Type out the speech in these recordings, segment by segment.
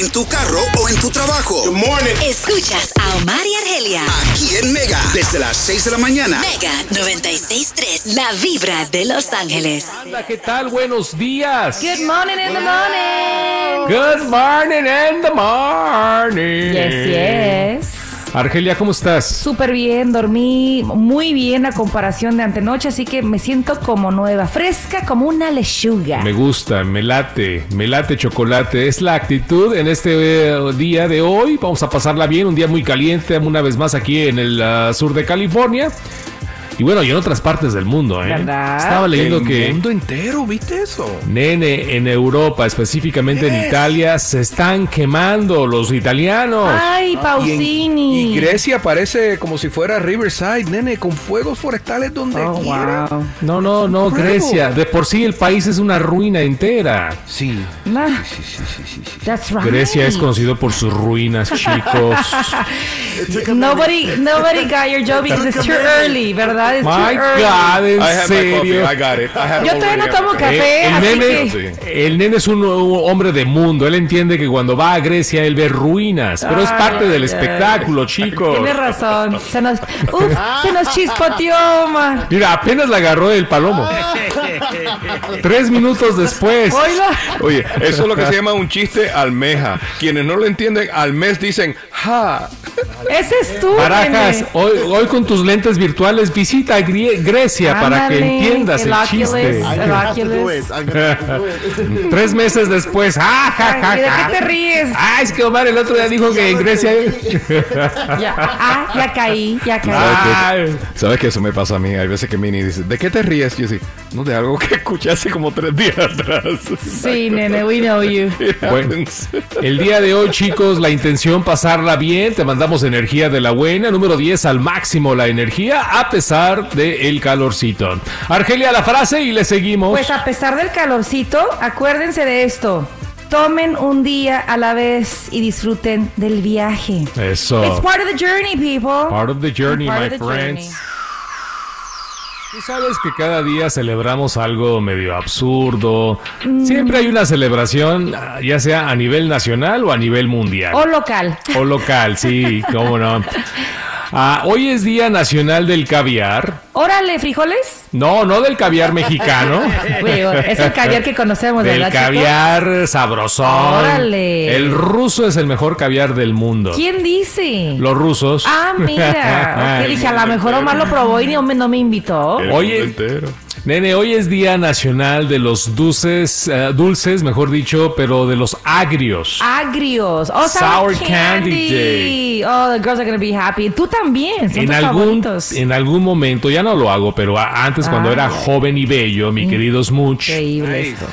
en tu carro o en tu trabajo. Good morning. Escuchas a Omar y Argelia. Aquí en Mega, desde las 6 de la mañana. Mega 96.3, la vibra de Los Ángeles. Hola, ¿Qué tal? Buenos días. Good morning in the morning. Good morning and the morning. Yes, yes. Argelia, ¿cómo estás? Súper bien, dormí muy bien a comparación de antenoche, así que me siento como nueva, fresca como una lechuga. Me gusta, me late, me late chocolate. Es la actitud en este eh, día de hoy. Vamos a pasarla bien, un día muy caliente, una vez más aquí en el ah, sur de California. Y bueno, y en otras partes del mundo, ¿eh? ¿Verdad? Estaba leyendo El que... mundo entero, ¿viste eso? Nene, en Europa, específicamente en Italia, se están quemando los italianos. Ay, Y, en- Pausini. y Grecia parece como si fuera Riverside, nene, con fuegos forestales donde Oh, quiera. wow. No, no, no, Incredible. Grecia. De por sí el país es una ruina entera. Sí. Nah, Sí, sí, sí, sí, sí. that's right. Grecia es conocido por sus ruinas, chicos. Nobody, nobody got your job because it's too early, ¿verdad? It's My too early. God, en I have my coffee. serio. I got it. I have Yo todavía no already tomo got my Eh, café, el, así nene, el nene es un, un hombre de mundo. Él entiende que cuando va a Grecia él ve ruinas, pero es Ay, parte del ay. espectáculo, chicos. Tienes razón. Se nos, uf, se nos chispoteó, man. Mira, apenas la agarró del palomo. Tres minutos después. Oiga. Oye, eso es lo que se llama un chiste almeja. Quienes no lo entienden, al mes dicen, ja. Ese es tú, Barajas, nene. hoy, hoy con tus lentes virtuales visita Grie- Grecia para que Ándale, entiendas el Oculus, chiste. el Oculus. Tres meses después, ¡ah, ja, ja, Ay, ¿de ja! qué te ríes? Ah, es que Omar el otro día dijo que en Grecia. Ya, ah, ya caí, ya caí. Ay, ¿Sabes que eso me pasa a mí? Hay veces que Mini dice, ¿de qué te ríes? Yo sí, no, de algo que escuché hace como tres días atrás. Sí, nene, we know you. Bueno, el día de hoy, chicos, la intención pasarla bien. Te mandamos energía de la buena. Número 10, al máximo la energía, a pesar del calorcito. Argelia, la frase y le seguimos. Pues a pesar del calorcito, acuérdense de esto. Tomen un día a la vez y disfruten del viaje. Eso. It's part of the journey, people. Part of the journey, Pues, Part my of the friends. journey. Tú sabes que cada día celebramos algo medio absurdo. Mm. Siempre hay una celebración, ah, ya sea a nivel nacional o a nivel mundial. O local. O local, sí, cómo no. Ah, hoy es Día Nacional del Caviar. Órale, frijoles. No, no del caviar mexicano. Digo, es el caviar que conocemos, Del ¿verdad, chicos? caviar sabrosón. Órale. El ruso es el mejor caviar del mundo. ¿Quién dice? Los rusos. Ah, mira. Ok, dije, a lo mejor Omar lo probó y no me, no me invitó. El Oye. mundo entero. Nene, hoy es Día Nacional de los Dulces, eh, dulces, mejor dicho, pero de los agrios. Ah, Agrios. Oh, sour, Sour Candy candy. Day. Oh, the girls are gonna be happy. Tú también. Son En tus algún, favoritos. en algún momento, ya no lo hago, pero a- antes cuando Ah. Mm. era joven y bello, mi querido Smooch, Increíble esto.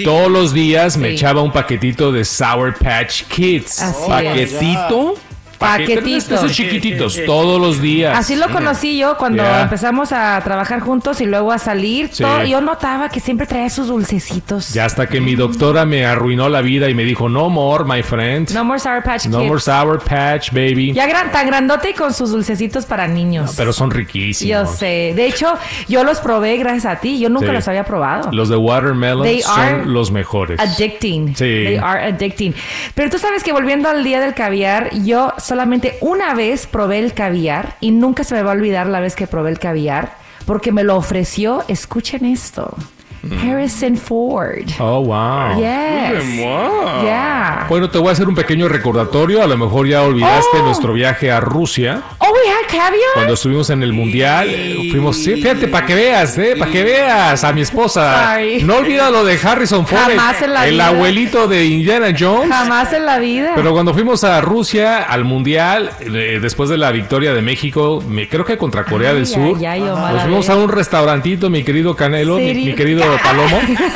Mm, todos los días me Sí. echaba un paquetito de Sour Patch Kids. Así ¿Paquetito? Paquetito. Pero estos son chiquititos, todos los días. Así lo conocí yo cuando Yeah. empezamos a trabajar juntos y luego a salir. Sí. todo- yo notaba que siempre traía sus dulcecitos. Ya hasta que mi doctora me arruinó la vida y me dijo, no more, my friend. No more Sour Patch No Kids. more Sour Patch, baby. Ah, Ya gran, tan grandote y con sus dulcecitos para niños. Pero son riquísimos. yo sé. De hecho, yo los probé gracias a ti. Yo nunca Sí. los había probado. Los de watermelon They are son los mejores. Addicting. Sí. They are addicting. Pero tú sabes que volviendo al día del caviar, yo solamente una vez probé el caviar y nunca se me va a olvidar la vez que probé el caviar porque me lo ofreció, escuchen esto, Harrison Ford. Mm. Oh, wow. Yes. Wow. Yeah. Bueno, te voy a hacer un pequeño recordatorio. A lo mejor ya olvidaste Oh. nuestro viaje a Rusia. Oh, we had caviar. Cuando estuvimos en el mundial, eh, fuimos. Sí, fíjate, para que veas, ¿eh? Para que veas a mi esposa. Sorry. No olvida lo de Harrison Ford, Jamás en la el vida. abuelito de Indiana Jones. Jamás en la vida. Pero cuando fuimos a Rusia al mundial, eh, después de la victoria de México, me, creo que contra Corea Ay, del Sur, ay, ay, Omar, nos a fuimos ver. a un restaurantito, mi querido Canelo, mi, Siri. mi querido Palomo.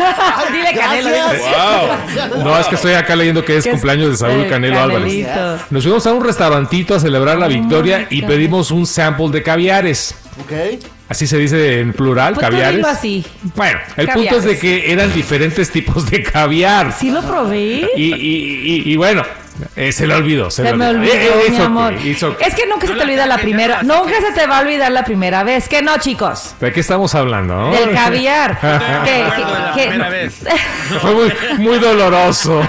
Dile Canelo. dile. No, es que estoy acá leyendo que es Que es- cumpleaños de Saúl eh, Canelo Canelito. Álvarez. Nos fuimos a un restaurantito a celebrar la victoria y pedimos un sample de caviares. Okay. Así se dice en plural, Pues tú caviares. dilo así. Bueno, el punto es Caviares. de que eran diferentes tipos de caviar. Sí lo probé. Y, y- y- y bueno, eh, se le olvidó. Se, Se le me olvidó, Eh, eh, it's mi okay, amor. it's okay. Es que nunca se te olvida la primera. Nunca se te va a olvidar la primera vez. Que no, chicos. ¿De qué estamos hablando? no? Del caviar. Que- que- que- Fue muy, muy doloroso.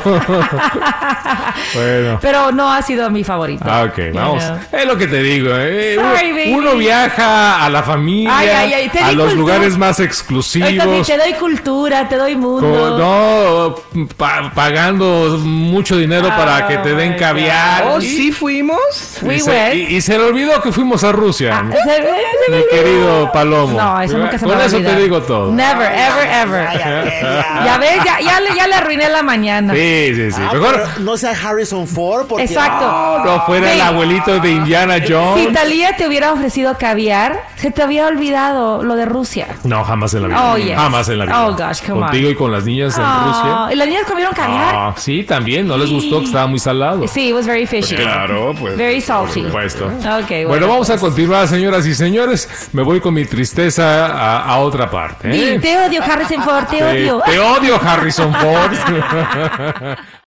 bueno. Pero no ha sido mi favorito. Ah, ok, You vamos. know. Es lo que te digo. eh. Uno- Sorry, baby. uno, viaja a la familia, Ay, ay, ay, te a di los cultura. lugares más Ahorita sí, exclusivos. te doy cultura, te doy co- mundo. no, pa- pagando mucho dinero para que te den my caviar. Oh, Y- sí fuimos. We y, se, went. Ah, y- y se le olvidó que fuimos a Rusia. Se- se- se- Mi querido Palomo. No, eso nunca se me Con va a eso olvidar. te digo todo. Never, ever, ever. Ya ves, ya, ya le, ya le arruiné la mañana. Sí, sí, sí. Ah, Mejor pero no sea Harrison Ford porque Exacto. no fuera el Ve. abuelito de Indiana Si Jones. Talía te hubiera ofrecido caviar, se te había olvidado lo de Rusia. No, jamás en la vida. Oh, yes. Jamás en la vida. Oh, gosh, come on. Contigo y con las niñas en Ah, Rusia. ¿Y las niñas comieron caviar? Ah, sí, también. No les Sí. gustó que estaba muy salado. Sí, it was very fishy. Claro, pues. Very salty. Por supuesto. Ok, bueno. Bueno, vamos a pues. continuar, señoras y señores. Me voy con mi tristeza a, a otra parte. Di, ¿eh? Te odio, Harrison Ford, te Sí, odio. te odio, Harrison Ford.